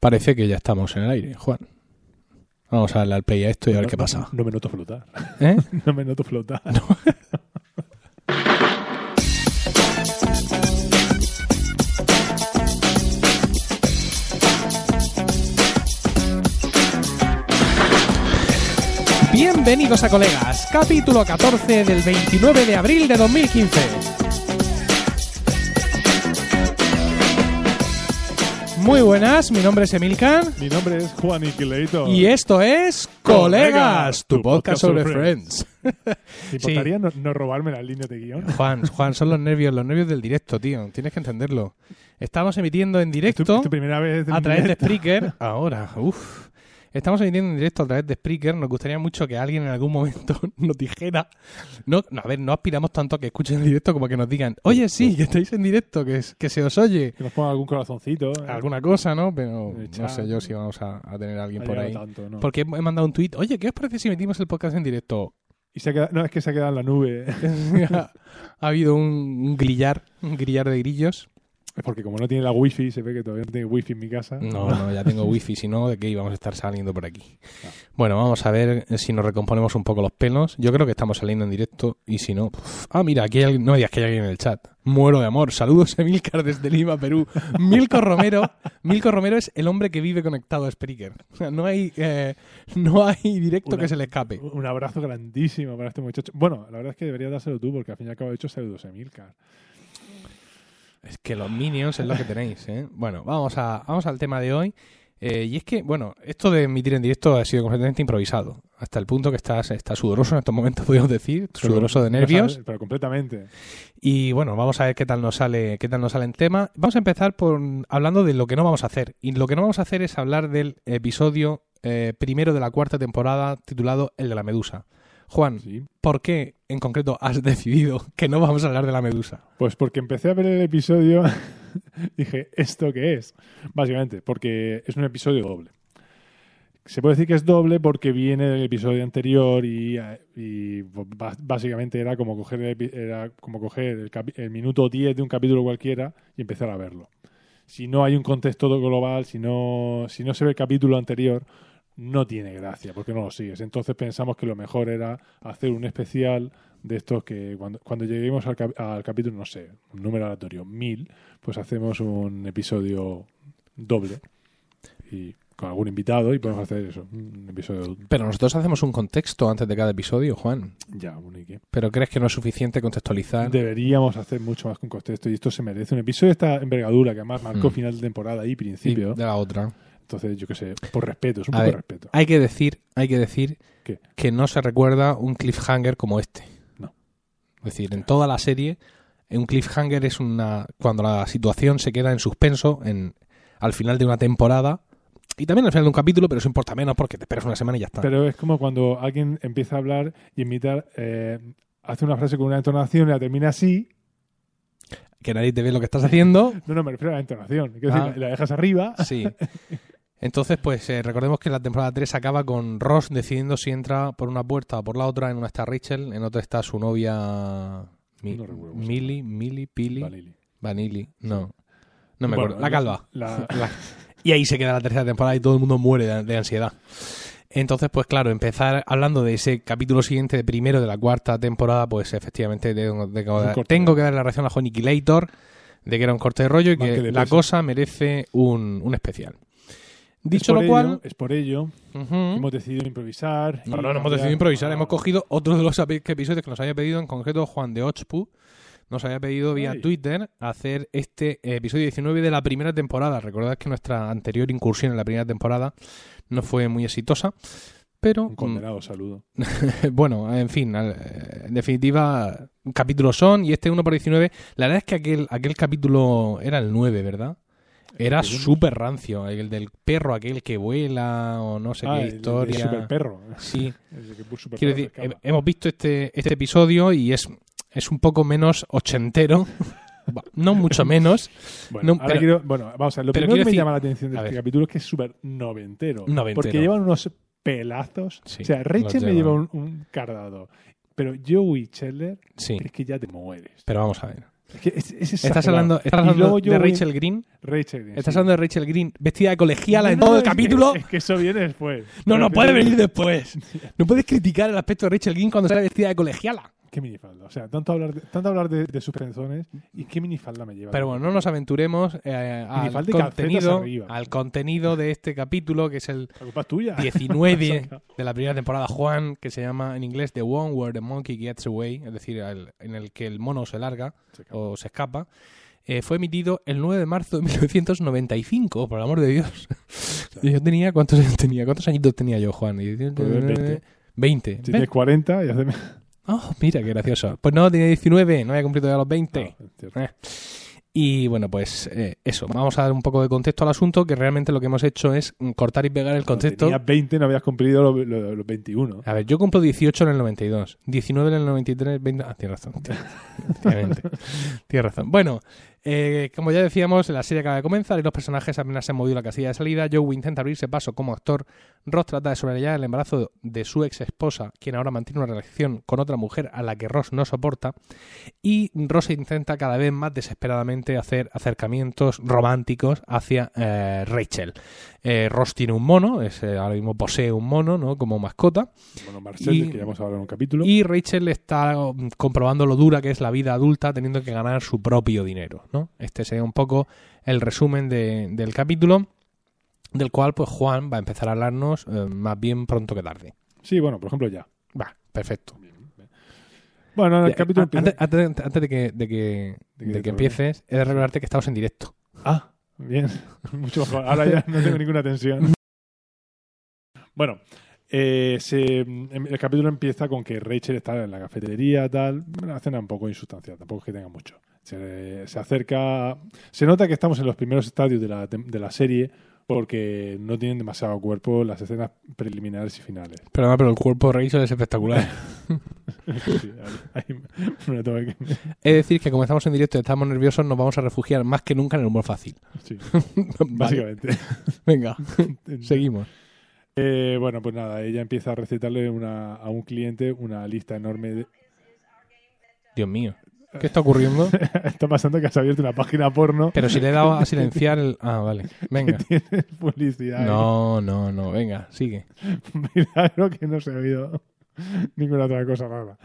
Parece que ya estamos en el aire, Juan. Vamos a darle al play a esto y a ver No, qué no, pasa. No me noto flotar. ¿Eh? No me noto flotar. Bienvenidos a colegas, capítulo 14 del 29 de abril de 2015. Muy buenas, mi nombre es Emilcar Mi nombre es Juan Iquileito. y esto es Colegas, Colegas, tu podcast sobre sobre Friends. ¿Te importaría no, no robarme las líneas de guión? Juan, Juan, son los nervios, los nervios del directo, tío. Tienes que entenderlo. Estamos emitiendo en Es tu- directo es tu primera vez. a través de de... Spreaker. Ahora, uff. Estamos emitiendo en directo a través de Spreaker. Nos gustaría mucho que alguien en algún momento nos dijera. No, no, a ver, no aspiramos tanto a que escuchen el directo como que nos digan, oye, sí, que estáis en directo, que, es- que se os oye. Que nos ponga algún corazoncito. ¿eh? Alguna cosa, ¿no? Pero Eh, no chat. sé yo si vamos a, a tener a No alguien ha por llegado ahí. tanto, ¿no? Porque he he mandado un tuit, oye, ¿qué os parece si emitimos el podcast en directo? Y se ha quedado- no, es que se ha quedado en la nube. ha, ha habido un, un grillar, un grillar de grillos. Es porque como no tiene la wifi, se ve que todavía no tiene wifi en mi casa. No, no, ya tengo wifi, si no, de qué íbamos a estar saliendo por aquí. Bueno, vamos a ver eh, si nos recomponemos un poco los pelos. Yo creo que estamos saliendo en directo y si no... pf. Ah, mira, aquí hay alguien- no me digas que hay alguien en el chat. Muero de amor. Saludos Emilcar desde Lima, Perú. Milko Romero. Milko Romero es el hombre que vive conectado a Spreaker. O sea, no hay, eh, no hay directo Una- que se le escape. Un abrazo grandísimo para este muchacho. Bueno, la verdad es que deberías dárselo tú, porque al fin y al cabo he hecho pseudos Emilcar. Es que los minions es lo que tenéis, ¿eh? Bueno, vamos, a, vamos al tema de hoy. Eh, y es que, bueno, esto de emitir en directo ha sido completamente improvisado. Hasta el punto que estás, está sudoroso en estos momentos, podemos decir. Sudoroso de Pero- nervios. Pero completamente. Y bueno, vamos a ver qué tal nos sale, qué tal nos sale el tema. Vamos a empezar por hablando de lo que no vamos a hacer. Y lo que no vamos a hacer es hablar del episodio eh, primero de la cuarta temporada titulado El de la Medusa. Juan, Sí. ¿por qué en concreto has decidido que no vamos a hablar de la Medusa? Pues porque empecé a ver el episodio, dije, ¿esto qué es? Básicamente, porque es un episodio doble. Se puede decir que es doble porque viene del episodio anterior y, eh, y ba- básicamente era como coger, el, epi- era como coger el, capi- el minuto 10 de un capítulo cualquiera y empezar a verlo. Si no hay un contexto global, si no, si no se ve el capítulo anterior, no tiene gracia porque no lo sigues. Entonces pensamos que lo mejor era hacer un especial de estos que cuando, cuando lleguemos al, cap- al capítulo, no sé, un número aleatorio, mil, pues hacemos un episodio doble y con algún invitado y podemos hacer eso, un episodio Pero nosotros hacemos un contexto antes de cada episodio, Juan. ya, bueno, ¿y qué? ¿Pero crees que no es suficiente contextualizar? Deberíamos hacer mucho más con contexto y esto se merece. Un episodio de esta envergadura que además marcó Mm. final de temporada y Sí, principio. de la otra. Entonces, yo qué sé, por respeto, es un A poco de ver. respeto. Hay que decir, hay que decir ¿Qué? que no se recuerda un cliffhanger como este. No. Es decir, en toda la serie, un cliffhanger es una cuando la situación se queda en suspenso en al final de una temporada y también al final de un capítulo, pero eso importa menos porque te esperas una semana y ya está. Pero es como cuando alguien empieza a hablar y imitar, eh, hace una frase con una entonación y la termina así que nadie te ve lo que estás haciendo. No, no, me refiero a la entonación. Quiero Ah. decir, la, la dejas arriba. Sí. Entonces, pues eh, recordemos que la temporada 3 acaba con Ross decidiendo si entra por una puerta o por la otra. En una está Rachel, en otra está su novia Mi- No recuerdo cómo se Millie, Millie, Pili, Vale, Lili. Vanilli. No, no me Bueno, acuerdo. La calva. la- la- Y ahí se queda la tercera temporada y todo el mundo muere de, de ansiedad. Entonces, pues claro, empezar hablando de ese capítulo siguiente, de primero de la cuarta temporada, pues efectivamente tengo, tengo- Un corte. tengo que dar la razón a Joniquilator de que era un corte de rollo y Más que que de la peso. cosa merece un, un especial. es Dicho por lo cual, ello- es por ello ujú. que hemos decidido improvisar. y no, no, no hemos cambiar. decidido improvisar, Ah, hemos cogido otro de los api- episodios que nos había pedido, en concreto Juan de Ochpu, nos había pedido vía Ay. Twitter hacer este episodio 19 de la primera temporada. Recordad que nuestra anterior incursión en la primera temporada no fue muy exitosa, pero Un condenado saludo. mm, bueno, en fin, al- eh, en definitiva, capítulos son y este 1 por 19, la verdad es que aquel, aquel capítulo era el 9, ¿verdad? Era que vimos. súper rancio, el del perro aquel que vuela o no sé Ah, qué el- El, historia. superperro. ¿eh? sí. El que puso superperro Quiero en decir, eh, la cama. he- hemos visto este, este episodio y es, es un poco menos ochentero. Bah, no mucho menos. no, bueno, ahora pero- quiero- bueno, vamos a ver. Lo pero primero quiero que me decir- llama la atención de a este ver. capítulo es que es súper noventero. Noventero. Porque llevan unos pelazos. Sí, o sea, los Rachel le lleva llevan. un, un cardado. Pero Joey Chandler Sí, es que ya te mueres. pero vamos a ver. Es que es- es Estás exagerado. hablando, estás Y hablando luego yo de voy- Rachel Green. Rachel Green, Estás sí. hablando de Rachel Green vestida de colegiala en No, no, todo el es que- capítulo. Es que eso viene después. No, no Pero puede que- venir después. No puedes criticar el aspecto de Rachel Green cuando sale vestida de colegiala. Qué minifalda. O sea, tanto hablar de, tanto hablar de, de sus penzones y qué minifalda me lleva. Pero bueno, no nos aventuremos eh, al, Minifalda y calcetas contenido, arriba. al contenido de este capítulo, que es el La culpa es tuya. 19 de la primera temporada, Juan, que se llama en inglés The One Where the Monkey Gets Away, es decir, el- en el que el mono se larga Se cago. o se escapa, eh, fue emitido el 9 de marzo de 1995, oh, por el amor de Dios. Y yo tenía, ¿cuántos años tenía? ¿Cuántos añitos tenía yo, Juan? Y- Pues 20. 20. Si ¿Ves? tienes 40 y hace... Oh, mira, qué gracioso. Pues no, tenía 19, no había cumplido ya los 20. Ah, es cierto. Eh. Y bueno, pues eh, eso, vamos a dar un poco de contexto al asunto, que realmente lo que hemos hecho es mm, cortar y pegar el contexto. Tenías 20 no habías cumplido lo- lo- los 21. A ver, yo cumplo 18 en el 92, 19 en el 93, 20... Ah, tienes razón. tienes- Efectivamente. Tienes razón. Bueno, eh, como ya decíamos, la serie acaba de comenzar y los personajes apenas se han movido la casilla de salida. Joey intenta abrirse paso como actor. Ross trata de sobrellevar el embarazo de su ex esposa, quien ahora mantiene una relación con otra mujer a la que Ross no soporta. Y Ross intenta cada vez más desesperadamente hacer acercamientos románticos hacia eh, Rachel. Eh, Ross tiene un mono, es, eh, ahora mismo posee un mono ¿no? como mascota. Bueno, Marcel, Y- del que ya hemos hablado en un capítulo. Y Rachel está um, comprobando lo dura que es la vida adulta teniendo que ganar su propio dinero, ¿no? Este sería un poco el resumen de- del capítulo, del cual pues Juan va a empezar a hablarnos eh, más bien pronto que tarde. Sí, bueno, por ejemplo, ya. Va, perfecto. Bueno, en el Eh, capítulo an- empieza- antes, antes- antes de que, de que- De que de que te empieces, he de recordarte que estamos en directo. Ah, bien. Mucho mejor. Ahora ya no tengo ninguna tensión. Bueno, eh, se- em, el capítulo empieza con que Rachel está en la cafetería, tal. Una cena un poco insustancial, tampoco es que tenga mucho. Se, se acerca. Se nota que estamos en los primeros estadios de la, tem- de la serie porque no tienen demasiado cuerpo las escenas preliminares y finales. Pero no, pero el cuerpo de Rachel es espectacular. Sí, ahí- ahí me lo tengo que- es decir, que como estamos en directo y estamos nerviosos, nos vamos a refugiar más que nunca en el humor fácil. sí, Vale, básicamente. venga, seguimos. Eh, bueno, pues nada, ella empieza a recetarle una, a un cliente una lista enorme de... Dios mío, ¿qué está ocurriendo? Está pasando que has abierto una página porno Pero si le he dado a silenciar el... Ah, vale. Venga. que tiene publicidad. No, no, no. Venga, sigue. Milagro que no se ha oído ninguna otra cosa rara.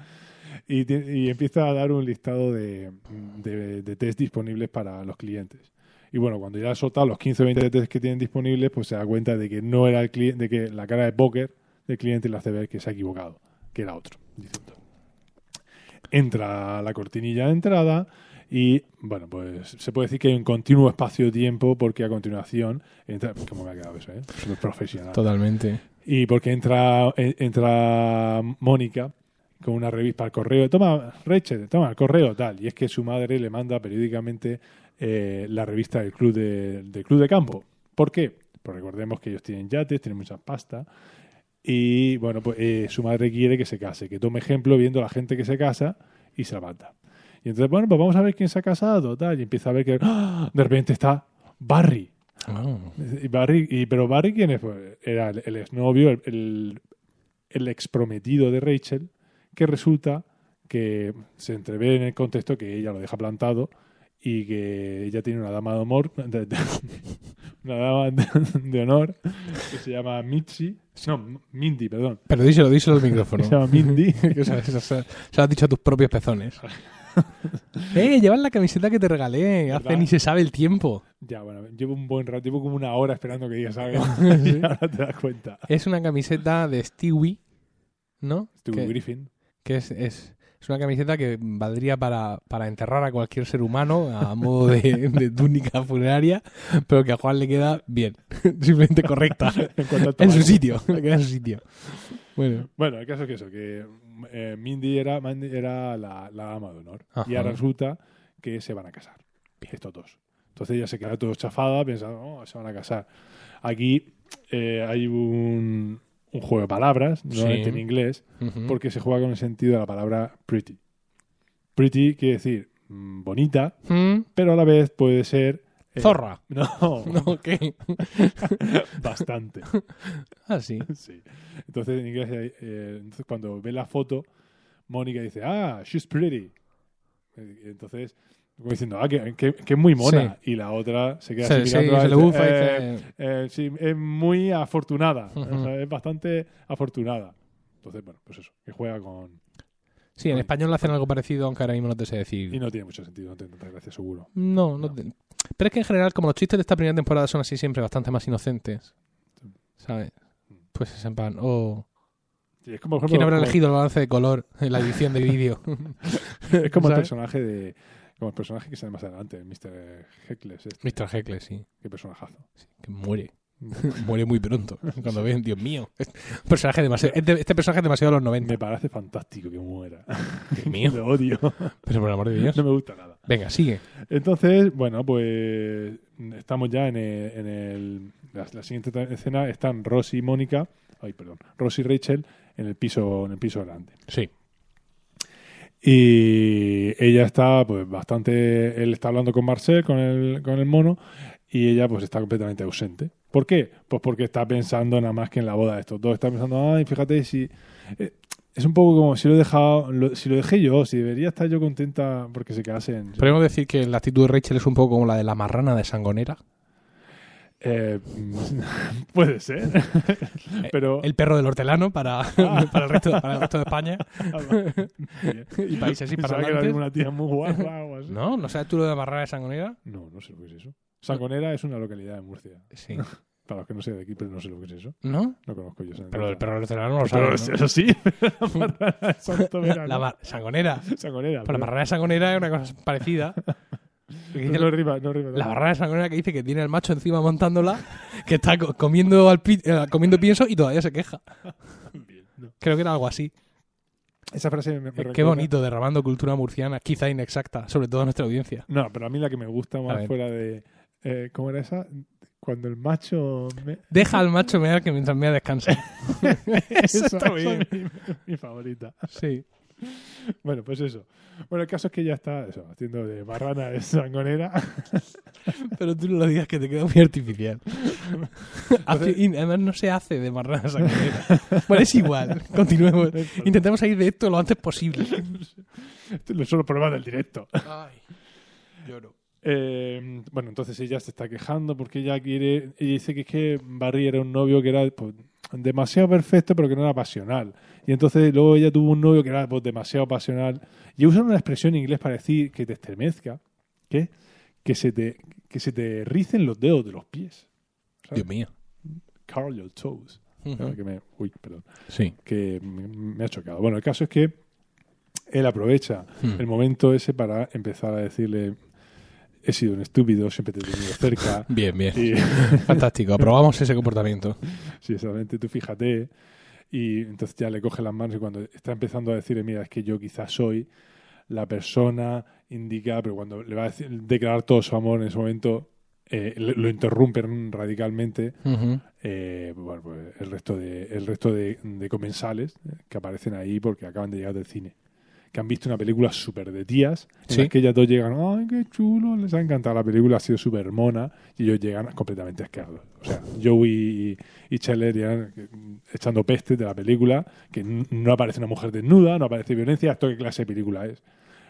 Y, ti- y empieza a dar un listado de, de, de test disponibles para los clientes. Y bueno, cuando ya ha soltado los 15 o 20 test que tienen disponibles, pues se da cuenta de que no era el cliente, de que la cara de póker del cliente le hace ver que se ha equivocado, que era otro. distinto. Entra la cortinilla de entrada y, bueno, pues se puede decir que hay un continuo espacio-tiempo porque a continuación entra... ¿Cómo me ha quedado eso, eh? Súper profesional. Totalmente. Y porque entra, en- entra Mónica con una revista al correo. Toma, Rachel, toma el correo, tal. Y es que su madre le manda periódicamente eh, la revista del club de, del club de campo. ¿Por qué? Pues recordemos que ellos tienen yates, tienen mucha pasta. Y bueno, pues eh, su madre quiere que se case, que tome ejemplo viendo a la gente que se casa y se la manda. Y entonces, bueno, pues vamos a ver quién se ha casado, tal. Y empieza a ver que ¡ah! de repente está Barry. Oh. Y Barry, y- pero Barry, ¿quién es? Pues Era el, el exnovio, el, el, el exprometido de Rachel, que resulta que se entrevé en el contexto que ella lo deja plantado y que ella tiene una dama de honor, de- de- una dama de, de honor que se llama Mitzi, no, Mindy, perdón, Pero díselo, díselo al que micrófono. se llama Mindy, Que se, se- se- se lo has dicho a tus propios pezones. ¡Eh! Llevas la camiseta que te regalé. Hace ¿Verdad? ni se sabe el tiempo. ya bueno, llevo un buen rato, llevo como una hora esperando que digas algo Sí. y ahora te das cuenta. Es una camiseta de Stewie, ¿no? Stewie que Griffin, que es, es, es una camiseta que valdría para, para enterrar a cualquier ser humano a modo de, de túnica funeraria, pero que a Juan le queda bien. Simplemente correcta. en cuanto al En su tamaño. sitio, le queda en su sitio. Bueno, Bueno, el caso es que eso, que eh, Mindy era, Mandy era la, la dama de honor. Ajá. Y ahora resulta que se van a casar. Estos dos. Entonces ella se queda todo chafada pensando, "Oh, se van a casar. Aquí eh, hay un, un juego de palabras, normalmente Sí. en inglés, ujú. porque se juega con el sentido de la palabra pretty. Pretty quiere decir mm, bonita, Mm, pero a la vez puede ser... eh, Zorra. No, No, ¿qué? bastante. Ah, sí. Sí. Entonces en inglés, eh, eh, entonces, cuando ve la foto, Mónica dice, ah, she's pretty. Eh, Entonces Como diciendo, ah, que, que- que es muy mona. Y la otra se queda Sí, así sí, mirándola se y le dice, bufa y "Eh, dice- eh, sí, es muy afortunada. Ujú. O sea, es bastante afortunada. Entonces, bueno, pues eso, que juega con... Sí, en Uy. español le hacen algo parecido, aunque ahora mismo no te sé decir. Y no tiene mucho sentido, no tiene tanta gracia, seguro. No, no No. te- Pero es que en general, como los chistes de esta primera temporada son así siempre bastante más inocentes, ¿sabes? Pues es en plan, oh, Sí, es como, por ¿quién ejemplo, habrá como- elegido el balance de color en la edición de vídeo? Es como el ¿Sabes? personaje de... Como el personaje que sale más adelante, el Mr. Heckles. Este. Mr. Heckle, sí, Qué personajazo. sí, que muere. muere muy pronto. Cuando ven, Dios mío. Este personaje demasiado, este, este personaje es demasiado de los 90. Me parece fantástico que muera. Dios mío. Lo odio. Pero por el amor de Dios. No me gusta nada. Venga, sigue. Entonces, bueno, pues estamos ya en el... en el- la, la siguiente ta- escena están Ross y Mónica... Ay, perdón. Ross y Rachel en el piso, en el piso grande. Sí. Y ella está, pues, bastante. Él está hablando con Marcel, con el, con el mono, y ella, pues, está completamente ausente. ¿Por qué? Pues porque está pensando nada más que en la boda de estos dos. Está pensando, ay, fíjate, si. eh, Es un poco como si lo he dejado, lo- si lo dejé yo, si debería estar yo contenta porque se casen. Podemos decir que la actitud de Rachel es un poco como la de la marrana de Sangonera. Eh, puede ser. Pero. El perro del hortelano para, para, el, resto, para el resto de España y países Pensaba que era hispanohablantes. alguna tía muy guapa o así. No, ¿no sabes tú lo de la marrana de Sangonera? No, no sé lo que es eso. Sangonera es una localidad de Murcia. Sí. Para los que no sean de aquí, pero no sé lo que es eso. ¿no? No conozco yo. Sangonera. Pero el perro del hortelano no lo Pero sabes. es- ¿no? eso sí. Santo verano. La mar- sangonera. Sangonera. Pues la pero- marrana de sangonera es una cosa parecida. Que dice No, lo- rima, no rima. la marrana de sangonera que dice que tiene al macho encima montándola, que está co- comiendo, al pi- eh, comiendo pienso y todavía se queja. Bien, no. Creo que era algo así. Esa frase me, me Eh, Qué recuerda- bonito, derramando cultura murciana, quizá inexacta, sobre todo a nuestra audiencia. No, pero a mí la que me gusta A más ver. fuera de. eh, ¿Cómo era esa? Cuando el macho. me- Deja al macho mear que mientras mea descansa. Eso Esa- está esa bien. es mi, mi favorita. Sí. Bueno, pues eso. Bueno, el caso es que ya está eso, haciendo de barrana de sangonera. Pero tú no lo digas que te queda muy artificial. Hace- y además no se hace de marrana sangonera. Bueno, es igual. Continuemos. Intentemos salir de esto lo antes posible. Los solo problemas del directo. Ay, lloro. Eh, bueno, entonces ella se está quejando porque ella quiere. Ella dice que es que Barry era un novio que era pues, demasiado perfecto, pero que no era pasional. Y entonces luego ella tuvo un novio que era pues, demasiado pasional. Y usan una expresión en inglés para decir que te estremezca, que, que, se, te, que se te ricen los dedos de los pies. Dios mío. Carl your toes. Ah, Que me- uy, perdón. Sí. Que me, me ha chocado. Bueno, el caso es que él aprovecha el momento ese para empezar a decirle. He sido un estúpido, siempre te he tenido cerca. Bien, bien. Y, Fantástico. Aprobamos ese comportamiento. sí, exactamente, tú fíjate. Y entonces ya le coge las manos y cuando está empezando a decirle, mira, es que yo quizás soy la persona indicada, pero cuando le va a decir- declarar todo su amor en ese momento, eh, le- lo interrumpen radicalmente. eh, bueno, pues el resto de, el resto de, de comensales eh, que aparecen ahí porque acaban de llegar del cine. Que han visto una película súper de tías, en Sí. las que ellas dos llegan, ¡ay, qué chulo! Les ha encantado la película, ha sido súper mona, y ellos llegan completamente asqueados. O sea, Joey y, y Chandler llegan eh, echando peste de la película, que n- no aparece una mujer desnuda, no aparece violencia, ¿esto qué clase de película es?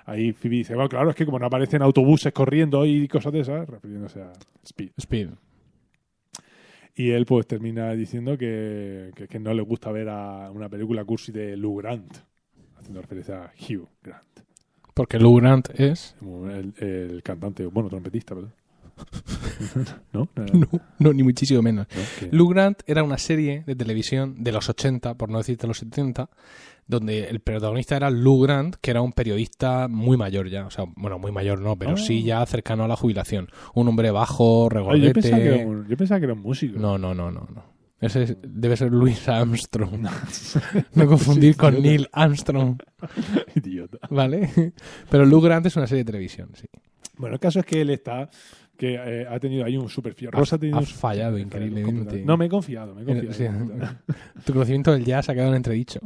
Ahí Phoebe dice, bueno, claro, es que como no aparecen autobuses corriendo y cosas de esas, refiriéndose a Speed. Speed. Y él pues termina diciendo que, que, que no le gusta ver a una película cursi de Lou Grant, haciendo referencia a Hugh Grant, Porque Lou Grant es. el, el cantante, bueno, trompetista, ¿verdad? ¿No? No, No, no, ni muchísimo menos. no, que- Lou Grant era una serie de televisión de los 80, por no decirte los 70, donde el protagonista era Lou Grant, que era un periodista muy mayor ya. O sea, bueno, muy mayor no, pero Ah. sí ya cercano a la jubilación. Un hombre bajo, Ay, yo, pensaba que era regordete. un, yo pensaba que era un músico. No, no, no, no. no. Ese es- debe ser Louis Armstrong. No confundir Sí, con idiota. Neil Armstrong, Idiota. ¿vale? Pero Lou Grant es una serie de televisión, sí. Bueno, el caso es que él está, que eh, ha tenido ahí un super fiel. Ha- Rosa ha tenido ha un fallado superfiel, increíblemente. No, me he confiado, me he confiado. Eh, Sí. me he confiado. Tu conocimiento del jazz ha quedado en entredicho.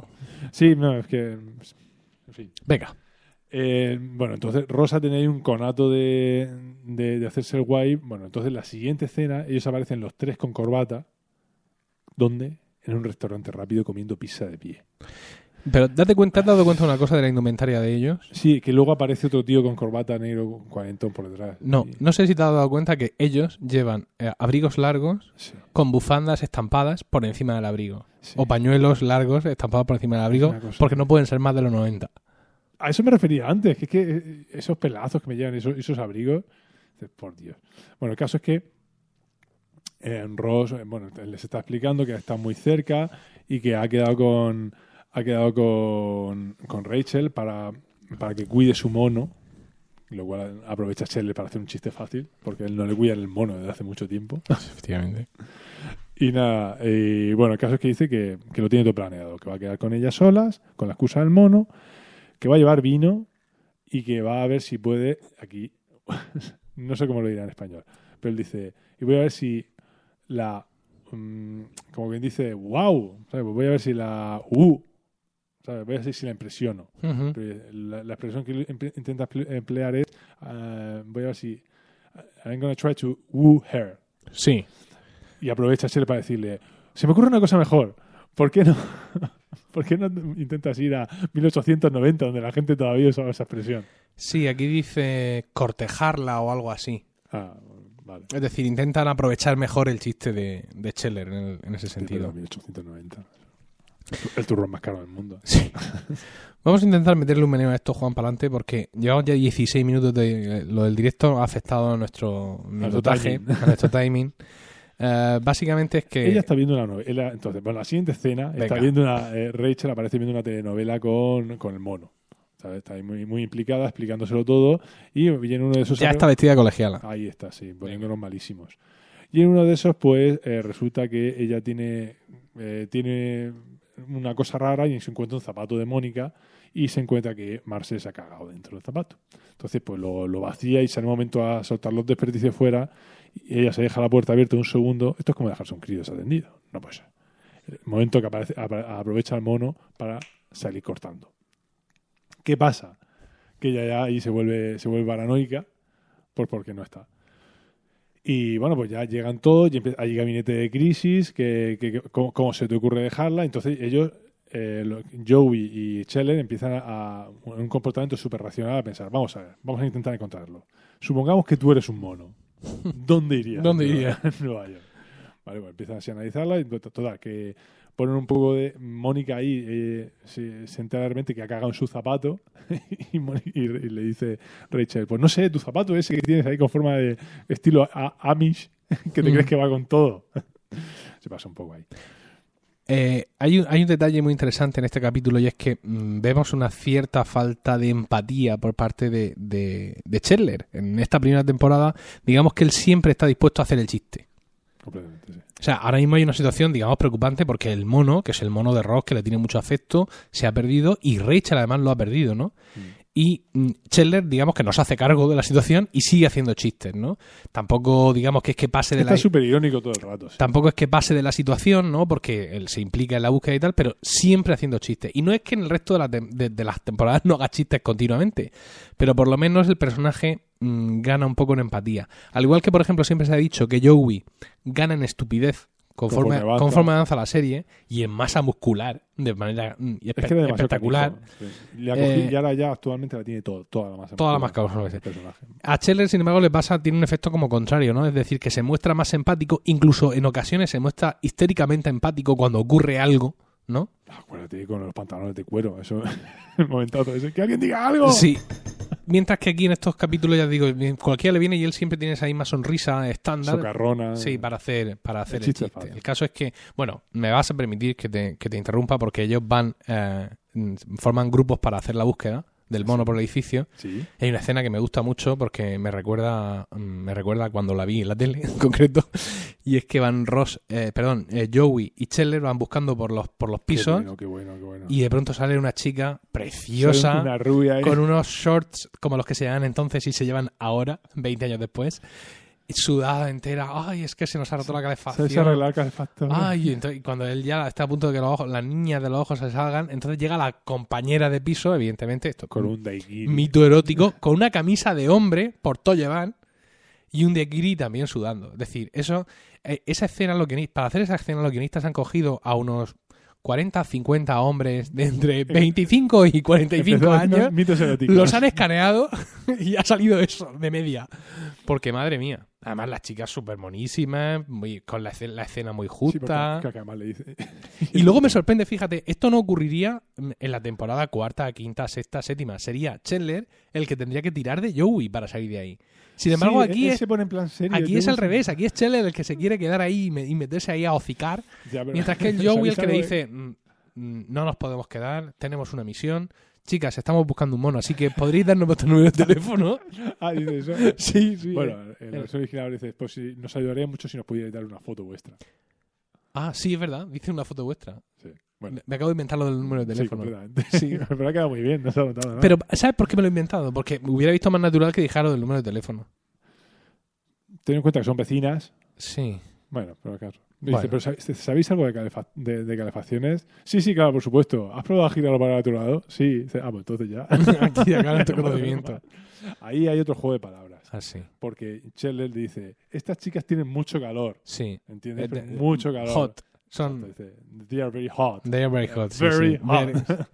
sí, no, es que... En fin. Venga. Eh, bueno, entonces Rosa tenía ahí un conato de, de- de hacerse el guay. Bueno, entonces la siguiente escena, ellos aparecen los tres con corbata. ¿Dónde? En un restaurante rápido comiendo pizza de pie. Pero date cuenta, ¿te has dado cuenta de una cosa de la indumentaria de ellos? Sí, que luego aparece otro tío con corbata negro con cuarentón por detrás. No, Y- no sé si te has dado cuenta que ellos llevan eh, abrigos largos sí, con bufandas estampadas por encima del abrigo. sí. O pañuelos largos estampados por encima del abrigo una cosa- porque no pueden ser más de los 90. A eso me refería antes, que es que eh, esos pelazos que me llevan, esos, esos abrigos, dices, por Dios. Bueno, el caso es que eh, Ross, eh, bueno, te- les está explicando que está muy cerca y que ha quedado con, ha quedado con, con Rachel para, para que cuide su mono, lo cual aprovecha Shelley para hacer un chiste fácil, porque él no le cuida el mono desde hace mucho tiempo. Efectivamente. Y nada, y bueno, el caso es que dice que, que lo tiene todo planeado, que va a quedar con ellas solas, con la excusa del mono, que va a llevar vino y que va a ver si puede, aquí, no sé cómo lo dirá en español, pero él dice, y voy a ver si la, mm, como quien dice, wow, ¿sabes? Pues voy a ver si la, uh, ¿sabes? voy a ver si la impresiono. Ujú. Pero eh, la, la expresión que emple- intenta emple- emplear es, ah, voy a ver si, I'm gonna try to woo her. Sí. Y aprovecha Shell para decirle, se me ocurre una cosa mejor. ¿Por qué no, ¿por qué no intentas ir a 1890, donde la gente todavía usaba esa expresión? Sí, aquí dice cortejarla o algo así. Ah, vale. Es decir, intentan aprovechar mejor el chiste de, de Scheller en, el- en ese Pero sentido. 1890. El turrón más caro del mundo. Sí. Vamos a intentar meterle un meneo a esto, Juan, para adelante, porque llevamos ya 16 minutos de eh, lo del directo, ha afectado a nuestro minutaje, timing. a nuestro timing. Eh, básicamente es que... Ella está viendo una novela. Entonces, bueno, la siguiente escena está Venga. viendo una. eh, Rachel aparece viendo una telenovela con, con el mono. ¿sabes? Está ahí muy, muy implicada, explicándoselo todo. Y viene uno de esos. ya está vestida de colegiala. Ahí está, sí, poniéndonos malísimos. Y en uno de esos, pues, eh, resulta que ella tiene, eh, tiene una cosa rara y se encuentra un zapato de Mónica y se encuentra que Marcel se ha cagado dentro del zapato. Entonces, pues lo, lo vacía y sale un momento a soltar los desperdicios fuera y ella se deja la puerta abierta un segundo. Esto es como dejarse un crío desatendido. No puede ser. El momento que aparece, apa- aprovecha el mono para salir cortando. ¿Qué pasa? Que ella ya ahí se vuelve, se vuelve paranoica pues porque no está. Y bueno, pues ya llegan todos, y empie- hay gabinete de crisis, que, que- que- ¿cómo, cómo se te ocurre dejarla? Entonces ellos, eh, lo- Joey y Scheller, empiezan a, a un comportamiento súper racional a pensar, vamos a ver, vamos a intentar encontrarlo. Supongamos que tú eres un mono. ¿Dónde irías? ¿Dónde irías? En Nueva York. Vale, pues empiezan así a analizarla y to- total, que ponen un poco de Mónica ahí, eh, se, se entera de repente que ha cagado en su zapato y, Moni- y- y le dice Rachel, pues no sé, tu zapato ese que tienes ahí con forma de estilo a- Amish, que te Mm. crees que va con todo. Se pasa un poco ahí. Eh, hay, un, hay un detalle muy interesante en este capítulo y es que mm, vemos una cierta falta de empatía por parte de, de, de Scheller. En esta primera temporada, digamos que él siempre está dispuesto a hacer el chiste. Completamente, sí. O sea, ahora mismo hay una situación, digamos, preocupante porque el mono, que es el mono de Ross, que le tiene mucho afecto, se ha perdido y Rachel además lo ha perdido, ¿no? Y mm, Scheller, digamos, que nos hace cargo de la situación y sigue haciendo chistes, ¿no? Tampoco, digamos, que es que pase de Está la... súper irónico todo el rato. sí. Tampoco es que pase de la situación, ¿no? Porque él se implica en la búsqueda y tal, pero siempre haciendo chistes. Y no es que en el resto de, la tem- de- de las temporadas no haga chistes continuamente, pero por lo menos el personaje mm, gana un poco en empatía. Al igual que, por ejemplo, siempre se ha dicho que Joey gana en estupidez conforme, Conforme avanza. conforme avanza la serie y en masa muscular de manera mm, y Es espe- que era demasiado espectacular. canijo, sí. Le ha cogido- Eh, y ahora ya actualmente la tiene todo, toda la masa. toda la muscular masa muscular, del personaje. A Scheller, sin embargo, le pasa, tiene un efecto como contrario, ¿no? Es decir, que se muestra más empático, incluso en ocasiones se muestra histéricamente empático cuando ocurre algo, ¿no? Acuérdate con los pantalones de cuero. Eso, el momentazo ese. ¡Que alguien diga algo! Sí. Mientras que aquí en estos capítulos, ya digo, cualquiera le viene y él siempre tiene esa misma sonrisa estándar. Socarrona. Sí, para hacer, para hacer el eh, chiste chiste. es fácil. El caso es que, bueno, me vas a permitir que te, que te interrumpa porque ellos van, eh, forman grupos para hacer la búsqueda del mono por el edificio. Sí. Hay una escena que me gusta mucho porque me recuerda, mm, me recuerda cuando la vi en la tele en concreto. Y es que van Ross, eh, perdón, eh, Joey y Scheller van buscando por los, por los pisos Qué bueno, qué bueno, qué bueno. y de pronto sale una chica preciosa Una rubia. ¿eh? ahí. con unos shorts como los que se llevan entonces y se llevan ahora, 20 años después, y sudada entera. Ay, es que se nos ha roto la ¿Sabes calefacción. arreglar el calefactor? Ay, entonces, y cuando él ya está a punto de que los ojos, las niñas de los ojos se salgan, entonces llega la compañera de piso, evidentemente, esto Con un daiquiri. mito erótico, con una camisa de hombre por todo llevan y un daiquiri también sudando. Es decir, eso, eh, esa escena, los guionistas, para hacer esa escena, los guionistas han cogido a unos 40, 50 hombres de entre 25 y 45 Empezó haciendo años Mitos eróticos. los han escaneado y ha salido eso de media. Porque madre mía. Además, las chicas súper monísimas, muy- con la, escena- la escena muy Sí, porque justa. Caca, además le dice. y luego me sorprende, fíjate, esto no ocurriría mm, en la temporada cuarta, quinta, sexta, séptima. Sería Chandler el que tendría que tirar de Joey para salir de ahí. Sin embargo, Sí, aquí él es, se pone en plan serio. aquí yo es no al sé- revés. Aquí es Chandler el que se quiere quedar ahí y, me- y meterse ahí a hocicar. Ya, pero- Mientras que el Joey el ¿sabéis que le algo de- dice, "Mm, mm, no nos podemos quedar, tenemos una misión. Chicas, estamos buscando un mono, así que podréis darnos vuestro número de teléfono. Ah, dice eso. Sí, sí. Bueno, en la versión original dice, pues sí, nos ayudaría mucho si nos pudierais dar una foto vuestra. Ah, sí, es verdad. Dice una foto vuestra. Sí, bueno. Me acabo de inventar lo del número de Sí, teléfono. completamente. Sí. Pero ha quedado muy bien, no se ha notado nada. Pero, ¿sabes por qué me lo he inventado? Porque me hubiera visto más natural que dijera lo del número de teléfono. Ten en cuenta que son vecinas. Sí. Bueno, por acaso. Me Bueno. Dice, pero ¿sabéis, sabéis algo de, calefa- de- de calefacciones? Sí, sí, claro, por supuesto. ¿Has probado a girarlo para el otro lado? Sí. Dice, ah, pues entonces ya. Aquí acaba este nuestro conocimiento. Ahí hay otro juego de palabras. Así. Porque Chandler dice, estas chicas tienen mucho calor. Sí. ¿Entiendes? Eh, Pero de- mucho calor. Hot. Son. Dice, They are very hot. They are very hot. sí, Very sí. hot.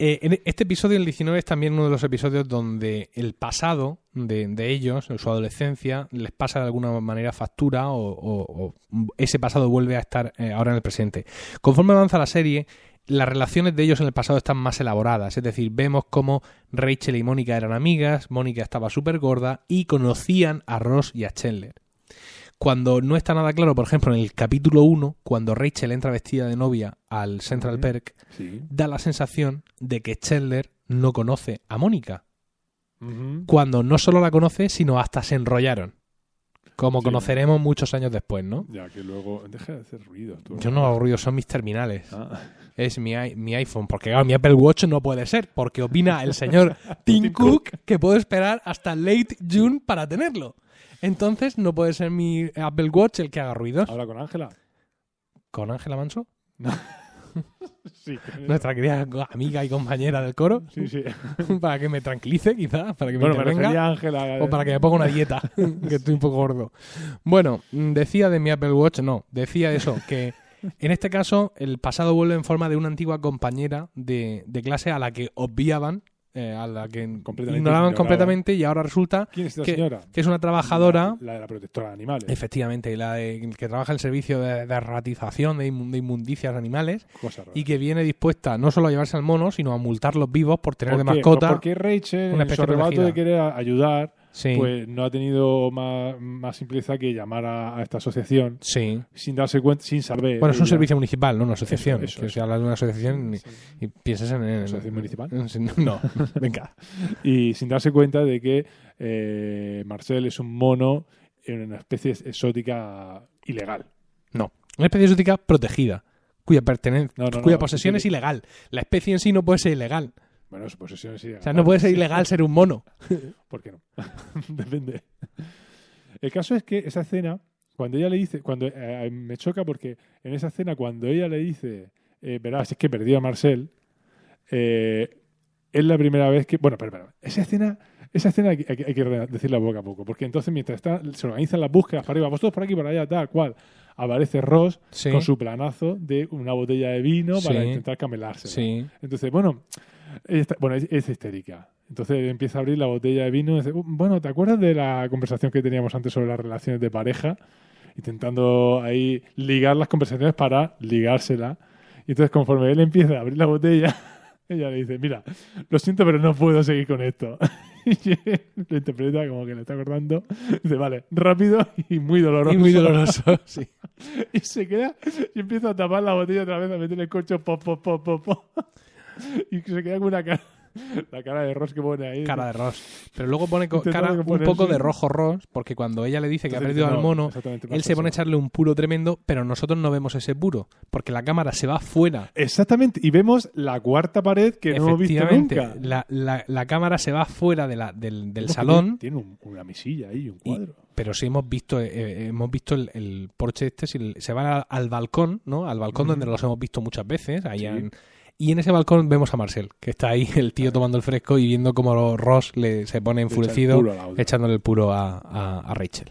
Eh, en este episodio, el 19, es también uno de los episodios donde el pasado de, de ellos, en su adolescencia, les pasa de alguna manera factura o, o- o ese pasado vuelve a estar eh, ahora en el presente. Conforme avanza la serie, las relaciones de ellos en el pasado están más elaboradas. Es decir, vemos cómo Rachel y Mónica eran amigas, Mónica estaba súper gorda y conocían a Ross y a Chandler. Cuando no está nada claro, por ejemplo, en el capítulo 1, cuando Rachel entra vestida de novia al Central Ujú. Perk, Sí. da la sensación de que Chandler no conoce a Mónica. Ujú. Cuando no solo la conoce, sino hasta se enrollaron. Como Sí. conoceremos muchos años después, ¿no? Ya que luego. Deja de hacer ruido. tú. Yo no hago ruido, son mis terminales. Ah. Es mi, i- mi iPhone. Porque claro, mi Apple Watch no puede ser. Porque opina el señor Tim Cook que puedo esperar hasta late June para tenerlo. Entonces no puede ser mi Apple Watch el que haga ruidos. ¿Habla con Ángela? Con Ángela Manso, Sí. con ella. nuestra querida amiga y compañera del coro, Sí, sí. para que me tranquilice, quizás, para que me Bueno, me intervenga. refería a Ángela. eh, O para que me ponga una dieta, que estoy un poco gordo. Bueno, mm, decía de mi Apple Watch, no, decía eso, que en este caso el pasado vuelve en forma de una antigua compañera de, de clase a la que obviaban, eh, a la que Completamente ignoraban ignoraban. completamente y ahora resulta ¿Quién es esta que- señora? que es una trabajadora, La, la de la protectora de animales. efectivamente, la de- que trabaja en el servicio de, de ratización de, inmu- de inmundicias animales Cosa rara. y que viene dispuesta no solo a llevarse al mono, sino a multarlos vivos por tener ¿Por de qué? mascota. Pues Porque una Rachel, en su especie arrebato protegida. de querer a- ayudar, sí, pues no ha tenido más, más simpleza que llamar a, a esta asociación sí. sin darse cuenta, sin saber. Bueno, es un ella. servicio municipal, no una asociación. Eso, eso, que eso. se habla de una asociación y, Sí. y piensas en. en- ¿Asociación municipal? en- en- no, venga. y sin darse cuenta de que eh, Marcel es un mono en una especie exótica ilegal. No. Una especie exótica protegida, cuya, pertenen- No, no, cuya no, posesión sí. es ilegal. La especie en sí no puede ser ilegal. Bueno, su posesión es ilegal. O sea, no puede ser ilegal ser un mono. ¿Por qué no? Depende. El caso es que esa escena, cuando ella le dice, cuando eh, me choca porque en esa escena, cuando ella le dice, eh, verás, es que perdí a Marcel, eh, es la primera vez que. Bueno, espera, espera. Esa escena. Esa escena hay, que- hay que- hay que re- decirla poco a poco, porque entonces mientras está, se organizan las búsquedas para arriba, vosotros por aquí, por allá, tal cual, aparece Ross Sí. con su planazo de una botella de vino para Sí. intentar camelarse. Sí. Entonces, bueno, ella está- bueno, es, es histérica. Entonces empieza a abrir la botella de vino y dice, bueno, ¿te acuerdas de la conversación que teníamos antes sobre las relaciones de pareja? Intentando ahí ligar las conversaciones para ligársela. Y entonces conforme él empieza a abrir la botella, ella le dice, mira, lo siento, pero no puedo seguir con esto. Y él lo interpreta como que le está acordando. Dice, vale, rápido y muy doloroso. Y muy doloroso, sí. Y se queda y empieza a tapar la botella otra vez, a meterle el corcho, pop, pop, pop, pop, pop. Y se queda con una cara, la cara de Ross que pone ahí. Cara de Ross. Pero luego pone co- Intentando cara un ponerse- poco de rojo Ross, porque cuando ella le dice que ha Entonces perdido dice, al no, mono, exactamente, él se pone a eso. echarle un puro tremendo, pero nosotros no vemos ese puro, porque la cámara se va fuera Exactamente, y vemos la cuarta pared que no hemos visto Efectivamente, nunca. La, la- la cámara se va fuera de la- del, del Vemos que salón, Tiene, tiene un- una misilla ahí, un Y- cuadro. pero sí hemos visto, eh, eh, hemos visto el, el porche este, si el- se van al, al balcón, ¿no? Al balcón Ujú. donde los hemos visto muchas veces. ahí Sí. en- y en ese balcón vemos a Marcel, que está ahí el tío tomando el fresco y viendo cómo Ross le, se pone Le echa el enfurecido culo a la otra. echándole el puro a, a- a Rachel.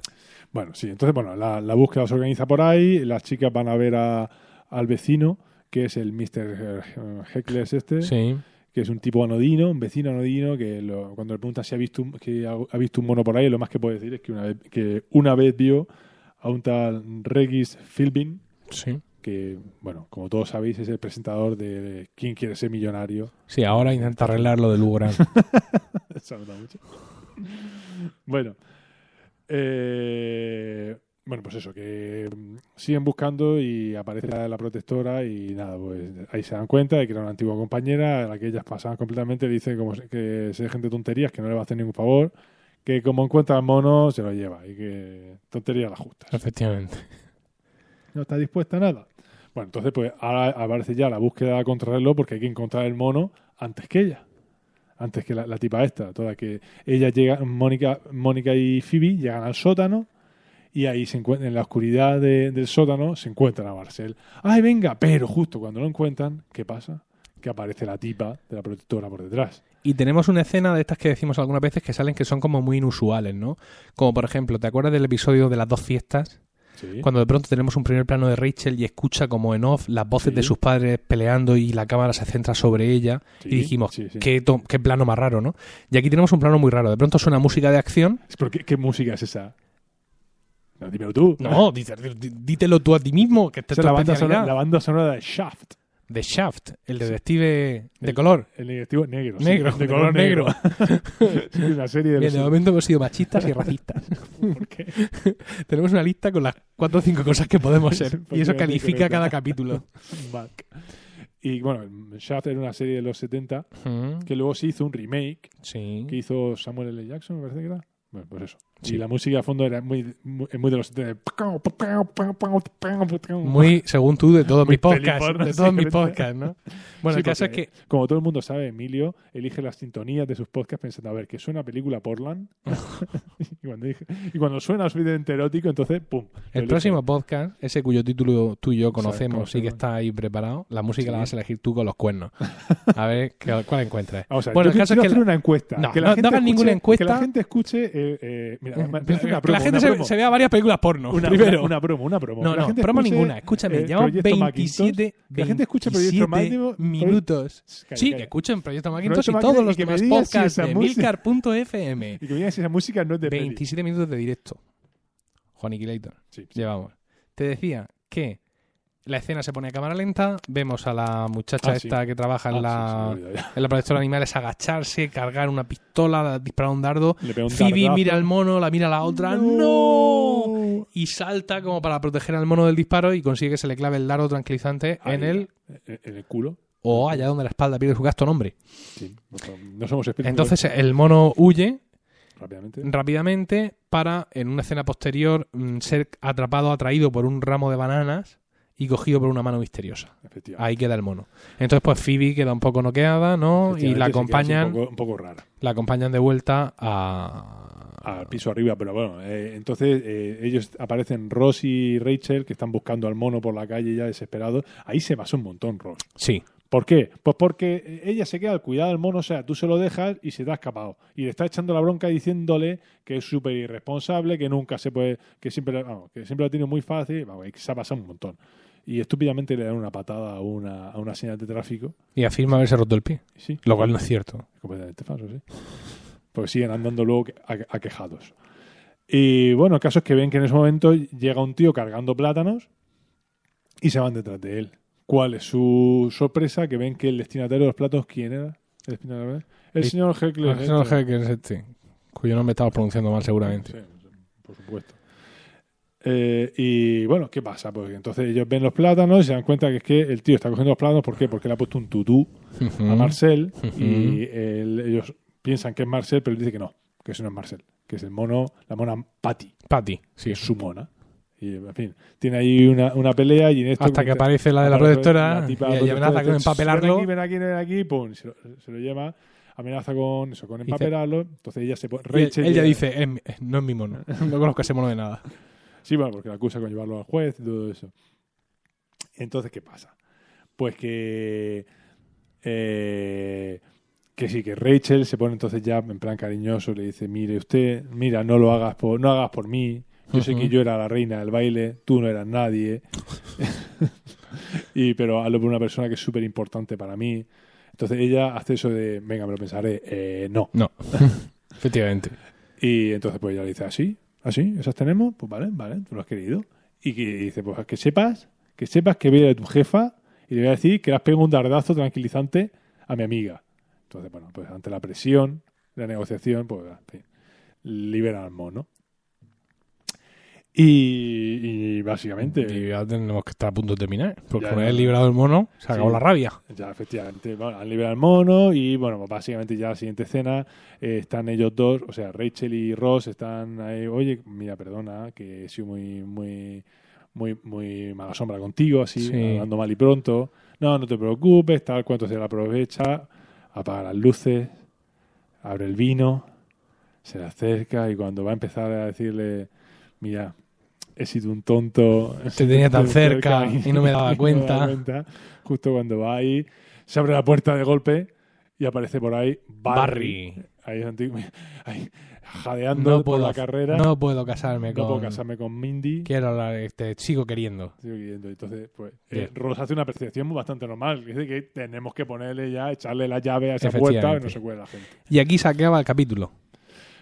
Bueno, sí, entonces, bueno, la, la búsqueda se organiza por ahí, las chicas van a ver a- al vecino, que es el Mr. Heckles este, Sí. que es un tipo anodino, un vecino anodino, que lo- cuando le preguntas si ha visto, un, que ha, ha visto un mono por ahí, lo más que puede decir es que una vez, que una vez vio a un tal Regis Philbin, Sí. que, bueno, como todos sabéis, es el presentador de ¿Quién quiere ser millonario? Sí, ahora intenta arreglar lo de Lugran. Se ha notado mucho. bueno. eh, bueno, pues eso, que mm, siguen buscando y aparece la, la protectora y nada, pues ahí se dan cuenta de que era una antigua compañera a la que ellas pasaban completamente, le dice como se- que se dejen de tonterías, que no le va a hacer ningún favor, que como encuentra al mono se lo lleva y que tonterías las justas. Efectivamente. No está dispuesta a nada. Bueno, entonces pues ahora aparece ya la búsqueda contra reloj porque hay que encontrar el mono antes que ella. Antes que la, la tipa esta, toda que ella llega, Mónica, Mónica y Phoebe llegan al sótano y ahí se encuentran, en la oscuridad de- del sótano se encuentran a Marcel. ¡Ay, venga! Pero justo cuando lo encuentran, ¿qué pasa? Que aparece la tipa de la protectora por detrás. Y tenemos una escena de estas que decimos algunas veces que salen que son como muy inusuales, ¿no? Como por ejemplo, ¿te acuerdas del episodio de las dos fiestas? Sí. Cuando de pronto tenemos un primer plano de Rachel y escucha como en off las voces Sí. de sus padres peleando y la cámara se centra sobre ella. Sí, y dijimos, sí, sí. Qué, to- qué plano más raro, ¿no? Y aquí tenemos un plano muy raro. De pronto suena música de acción. ¿Pero qué, qué música es esa? No, dímelo tú. No, dice- dí- dítelo tú a ti mismo, que Esa este es la banda, sonora, la banda sonora de Shaft. De Shaft, el detective de El- color. El negativo negro. sí, Negro, de, color negro. Sí, una serie de... Bien, de los- momento hemos sido machistas y racistas. ¿Por qué? Tenemos una lista con las cuatro o cinco cosas que podemos ser. Y eso Efectivamente, califica correcto. cada capítulo. Mac. Y bueno, Shaft era una serie de los 70 que luego se hizo un remake Sí. que hizo Samuel L. Jackson, me parece que era. Bueno, pues eso. Sí. Y la música de fondo era muy, muy, muy de los 70. Muy, según tú, de todos Muy mis podcasts. peliporno, De todos sí, mis ¿verdad? podcasts, ¿no? Bueno, Sí, el caso es porque, que. Como todo el mundo sabe, Emilio elige las sintonías de sus podcasts pensando, a ver, que suena a película Portland. y, cuando dije- y cuando suena a su vídeo enterótico, entonces, ¡pum! lo El elige. próximo podcast, ese cuyo título tú y yo conocemos conocemos. y que está ahí preparado, la música Sí. la vas a elegir tú con los cuernos. A ver qué- cuál encuentras. Vamos a ver, bueno, yo el caso es quiero que. hacer la- una encuesta. No, que la no- no gente hagan ninguna escuche- Que encuesta. la gente escuche. eh, eh, mira, eh, voy a que hacer una la promo, gente una se, promo. se vea varias películas porno. Una, primero. una promo, una promo. no, Que la no, gente promo escuche, ninguna. Escúchame, eh, llevamos Proyecto Macintosh. 27, Que la gente escuche Proyecto 27 Macintosh. minutos. Calla, Sí, calla. que escuchen Proyecto Macintosh Proyecto y todos Macintosh los y que me demás digas si podcasts esa de música- milcar.fm. Y que me digas si esa música no es de peli. 27 minutos de directo. Juaniquilator, Sí, sí. llevamos. Te decía que la escena se pone a cámara lenta, vemos a la muchacha Ah, sí. esta que trabaja en, Ah, la, sí, se me ha olvidado en la protectora de animales agacharse, cargar una pistola, disparar un dardo. ya. Le pego un Phoebe dardazo. mira al mono, la mira a la otra. ¡No! y salta como para proteger al mono del disparo y consigue que se le clave el dardo tranquilizante Ahí, eh, en el En en el culo. o allá donde la espalda pierde su gasto nombre. Sí, no som- no somos espíritus. Entonces el mono huye rápidamente. rápidamente para en una escena posterior mm, ser atrapado, atraído por un ramo de bananas y cogido por una mano misteriosa. Efectivamente. Ahí queda el mono. Entonces pues Phoebe queda un poco noqueada, ¿no? Y Efectivamente, la se queda así acompañan, Un poco, un poco rara. la acompañan de vuelta a Al piso arriba, pero bueno. eh, entonces eh, ellos aparecen Ross y Rachel que están buscando al mono por la calle ya desesperados. Ahí se basó un montón Ross. Sí, ¿Por qué? Pues porque eh, ella se queda al cuidado del mono, o sea, tú se lo dejas y se te ha escapado. Y le está echando la bronca diciéndole que es súper irresponsable, que nunca se puede, que siempre, vamos, que siempre lo tiene muy fácil, vamos, y que se ha pasado un montón. Y estúpidamente le dan una patada a una, a una señal de tráfico. y afirma haberse roto el pie, y Sí, lo cual no es cierto. completamente falso, sí. Pues siguen andando luego que- aque- aquejados. Y bueno, el caso es que ven que en ese momento llega un tío cargando plátanos y se van detrás de él. ¿Cuál es su sorpresa? Que ven que el destinatario de los platos, ¿quién era? El, destinatario? el Sí. señor Heckler. El señor Hecker es este, cuyo nombre estaba pronunciando mal seguramente. Sí, por supuesto. Eh, y bueno, ¿qué pasa? Pues entonces ellos ven los plátanos y se dan cuenta que es que el tío está cogiendo los plátanos. ¿Por qué? Porque le ha puesto un tutú Ujú. a Marcel Mm. Ujú. y él- ellos piensan que es Marcel, pero él dice que no, que eso no es Marcel, que es el mono, la mona Patty, Patty, que sí. es su mona. Y, en fin, tiene ahí una, una pelea y en esto... Hasta que mientras- aparece la de la aparece protectora la y, tipa y amenaza con protectora, empapelarlo. Ven aquí, ven aquí, ven aquí, pum, se lo, se lo lleva, amenaza con eso, con Dice- empapelarlo. Entonces ella se pone... Y él, Rachel él ya llega- dice, "Es mi- no es mi mono, no conozco a ese mono de nada. Sí, bueno, porque la acusa con llevarlo al juez y todo eso. Entonces, ¿qué pasa? Pues que. eh, que sí, que Rachel se pone entonces ya en plan cariñoso, le dice, mire usted, mira, no lo hagas por, no hagas por mí. Yo sé Ujú. que yo era la reina del baile, tú no eras nadie. y, pero hablo por una persona que es súper importante para mí. Entonces ella hace eso de, venga, me lo pensaré, eh, no. No, efectivamente. Y entonces pues ella le dice, así, así, esas tenemos, pues vale, vale, tú lo has querido. Y que y dice, pues que sepas, que sepas que voy a ir a tu jefa y le voy a decir que le has pegado un dardazo tranquilizante a mi amiga. Entonces, bueno, pues ante la presión, la negociación, pues en fin, libera al mono. Y, y básicamente... Y ya tenemos que estar a punto de terminar. Porque Ya, una ya. vez liberado el mono, se acabó Sí. la rabia. Ya, efectivamente, bueno, han liberado al mono y bueno, pues básicamente ya la siguiente escena eh, están ellos dos, o sea, Rachel y Ross están ahí, oye, mira, perdona, que he sido muy, muy, muy, muy mala sombra contigo, así, Sí. hablando mal y pronto. No, no te preocupes, tal cuanto se la aprovecha, apaga las luces, abre el vino, se le acerca y cuando va a empezar a decirle, mira, he sido un tonto. Te tenía tan cerca y no me daba cuenta. Justo cuando va ahí, se abre la puerta de golpe y aparece por ahí Barry. Barry. Ahí, es antiguo- ahí, jadeando No por puedo, la carrera. No, no puedo casarme con... puedo casarme con Mindy. Quiero hablar, este, sigo queriendo. Sigo viviendo. Entonces, pues, Bien. eh, Ross hace una percepción bastante normal. Dice que tenemos que ponerle ya, echarle la llave a esa Efectivamente. puerta y no se cuele la gente. Y aquí se acaba el capítulo.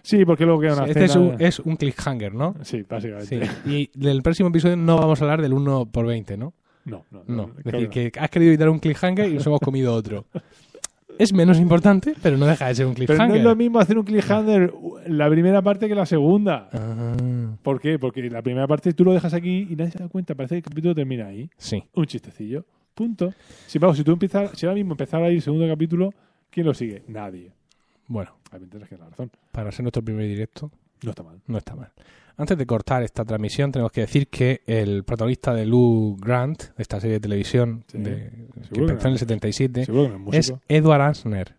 Sí, porque luego queda una Este es escena- un, es un cliffhanger, ¿no? Sí, Sí. básicamente. Y del próximo episodio no vamos a hablar del 1 por 20, ¿no? No, no, No. creo Es decir, no. que has querido evitar un cliffhanger y nos hemos comido otro. Es menos importante, pero no deja de ser un Pero cliffhanger. no es lo mismo hacer un cliffhanger la primera parte que la segunda. Ah, ¿Por qué? Porque la primera parte tú lo dejas aquí y nadie se da cuenta. Parece que el capítulo termina ahí. sí. Un chistecillo. Punto. Si, vamos, si tú empiezas, si ahora mismo empezara ahí el segundo capítulo, ¿quién lo sigue? Nadie. Bueno, Ahí me tienes que dar la razón. para ser nuestro primer directo, No está mal. no está mal. Antes de cortar esta transmisión, tenemos que decir que el protagonista de Lou Grant, de esta serie de televisión Sí. de- que Seguro que empezó en no. el 77, Seguro que no es es músico. Edward Ansner.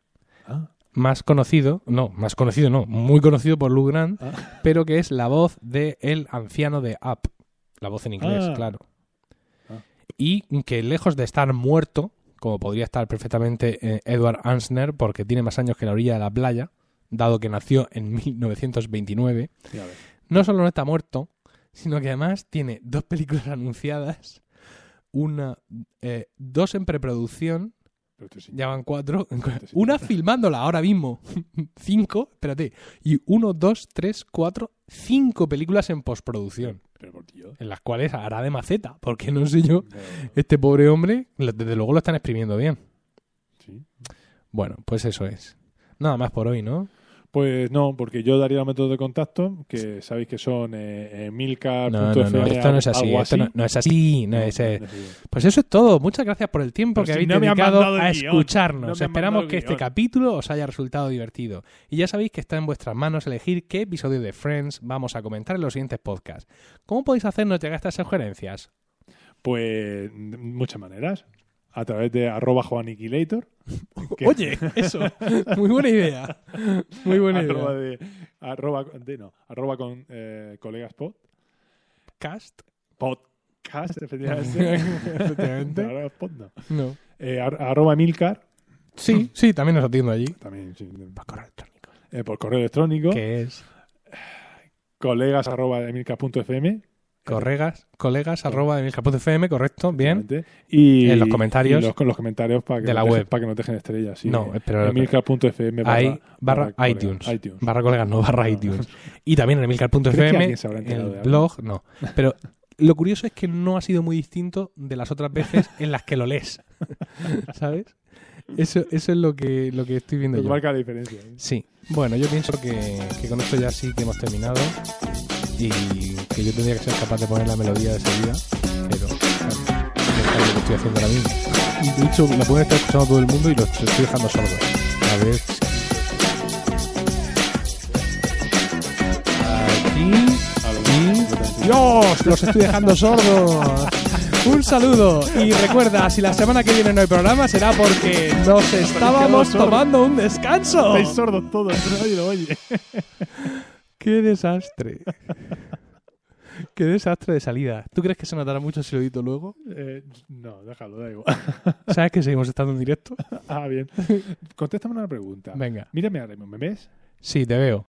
Ah, Más conocido, no, más conocido no, muy conocido por Lou Grant, ah. pero que es la voz de el anciano de Up. La voz en inglés, Ah. claro. Ah. Y que lejos de estar muerto, como podría estar perfectamente eh, Edward Ansner, porque tiene más años que la orilla de la playa, dado que nació en 1929, Ya ves. no solo no está muerto, sino que además tiene dos películas anunciadas, una, eh, dos en preproducción, Pero esto sí. ya van cuatro, Esto sí. una filmándola ahora mismo. Cinco, espérate. Y uno, dos, tres, cuatro, cinco películas en postproducción. Pero por Dios. En las cuales hará de maceta, porque no sé yo. No, Este pobre hombre, lo- desde luego lo están exprimiendo bien. sí. Bueno, pues eso es. Nada más por hoy, ¿no? Pues no, porque yo daría los métodos de contacto, que sabéis que son eh, eh, No, milcar.fm, no, no, esto no es así. algo Esto no, no es así. No No, es, no, eh. no es así. Pues eso es todo. Muchas gracias por el tiempo Pero que si habéis no me han dedicado mandado el a guión. No me escucharnos. han Esperamos mandado el que este guión. capítulo os haya resultado divertido. Y ya sabéis que está en vuestras manos elegir qué episodio de Friends vamos a comentar en los siguientes podcasts. ¿Cómo podéis hacernos llegar estas sugerencias? Pues de muchas maneras. A través de arroba Juaniquilator. que- Oye, eso. Muy buena idea. Muy buena arroba idea. de, arroba, de- no, arroba con eh, colegas pod, Cast. podcast, efectivamente. Efectivamente. Arroba pod, no. No. Eh, ar- arroba milcar, Sí, sí, también nos atiendo allí. también sí, Por correo electrónico. eh, por correo electrónico, ¿Qué es? colegas arroba emilcar.fm, Corregas, colegas, arroba de Milcar.fm, correcto, bien. Efectivamente. Y En los comentarios. y los, con los comentarios para que De nos la dejen- web. Para que nos dejen estrellas. Sí. No, pero- Emilcar.fm barra- Ahí, barra colega. iTunes. Barra colegas, no barra No. iTunes. Y también en ¿Crees que emilcar.fm, alguien se habrá enterado de el algo? blog, no. Pero lo curioso es que no ha sido muy distinto de las otras veces en las que lo lees. ¿Sabes? Eso, eso es lo que, lo que estoy viendo Lo que yo. marca la diferencia. ¿eh? Sí. Bueno, yo pienso que, que con esto ya sí que hemos terminado y que yo tendría que ser capaz de poner la melodía de seguida, pero claro, no es lo que estoy haciendo ahora mismo. Y de hecho, la pueden estar escuchando todo el mundo y lo estoy dejando sordo. A ver. Aquí. Y... ¡Dios! ¡Los estoy dejando sordos! Un saludo y recuerda, si la semana que viene no hay programa será porque nos estábamos sordos. Pues tomando un descanso. Estáis sordos todos, pero nadie lo oye. ¡Qué desastre! ¡Qué desastre de salida! ¿Tú crees que se notará mucho si lo edito luego? Eh, no, déjalo, da igual. ¿Sabes que seguimos estando en directo? Ah, bien. Contéstame una pregunta. Venga. Mírame ahora mismo, ¿me ves? Sí, te veo.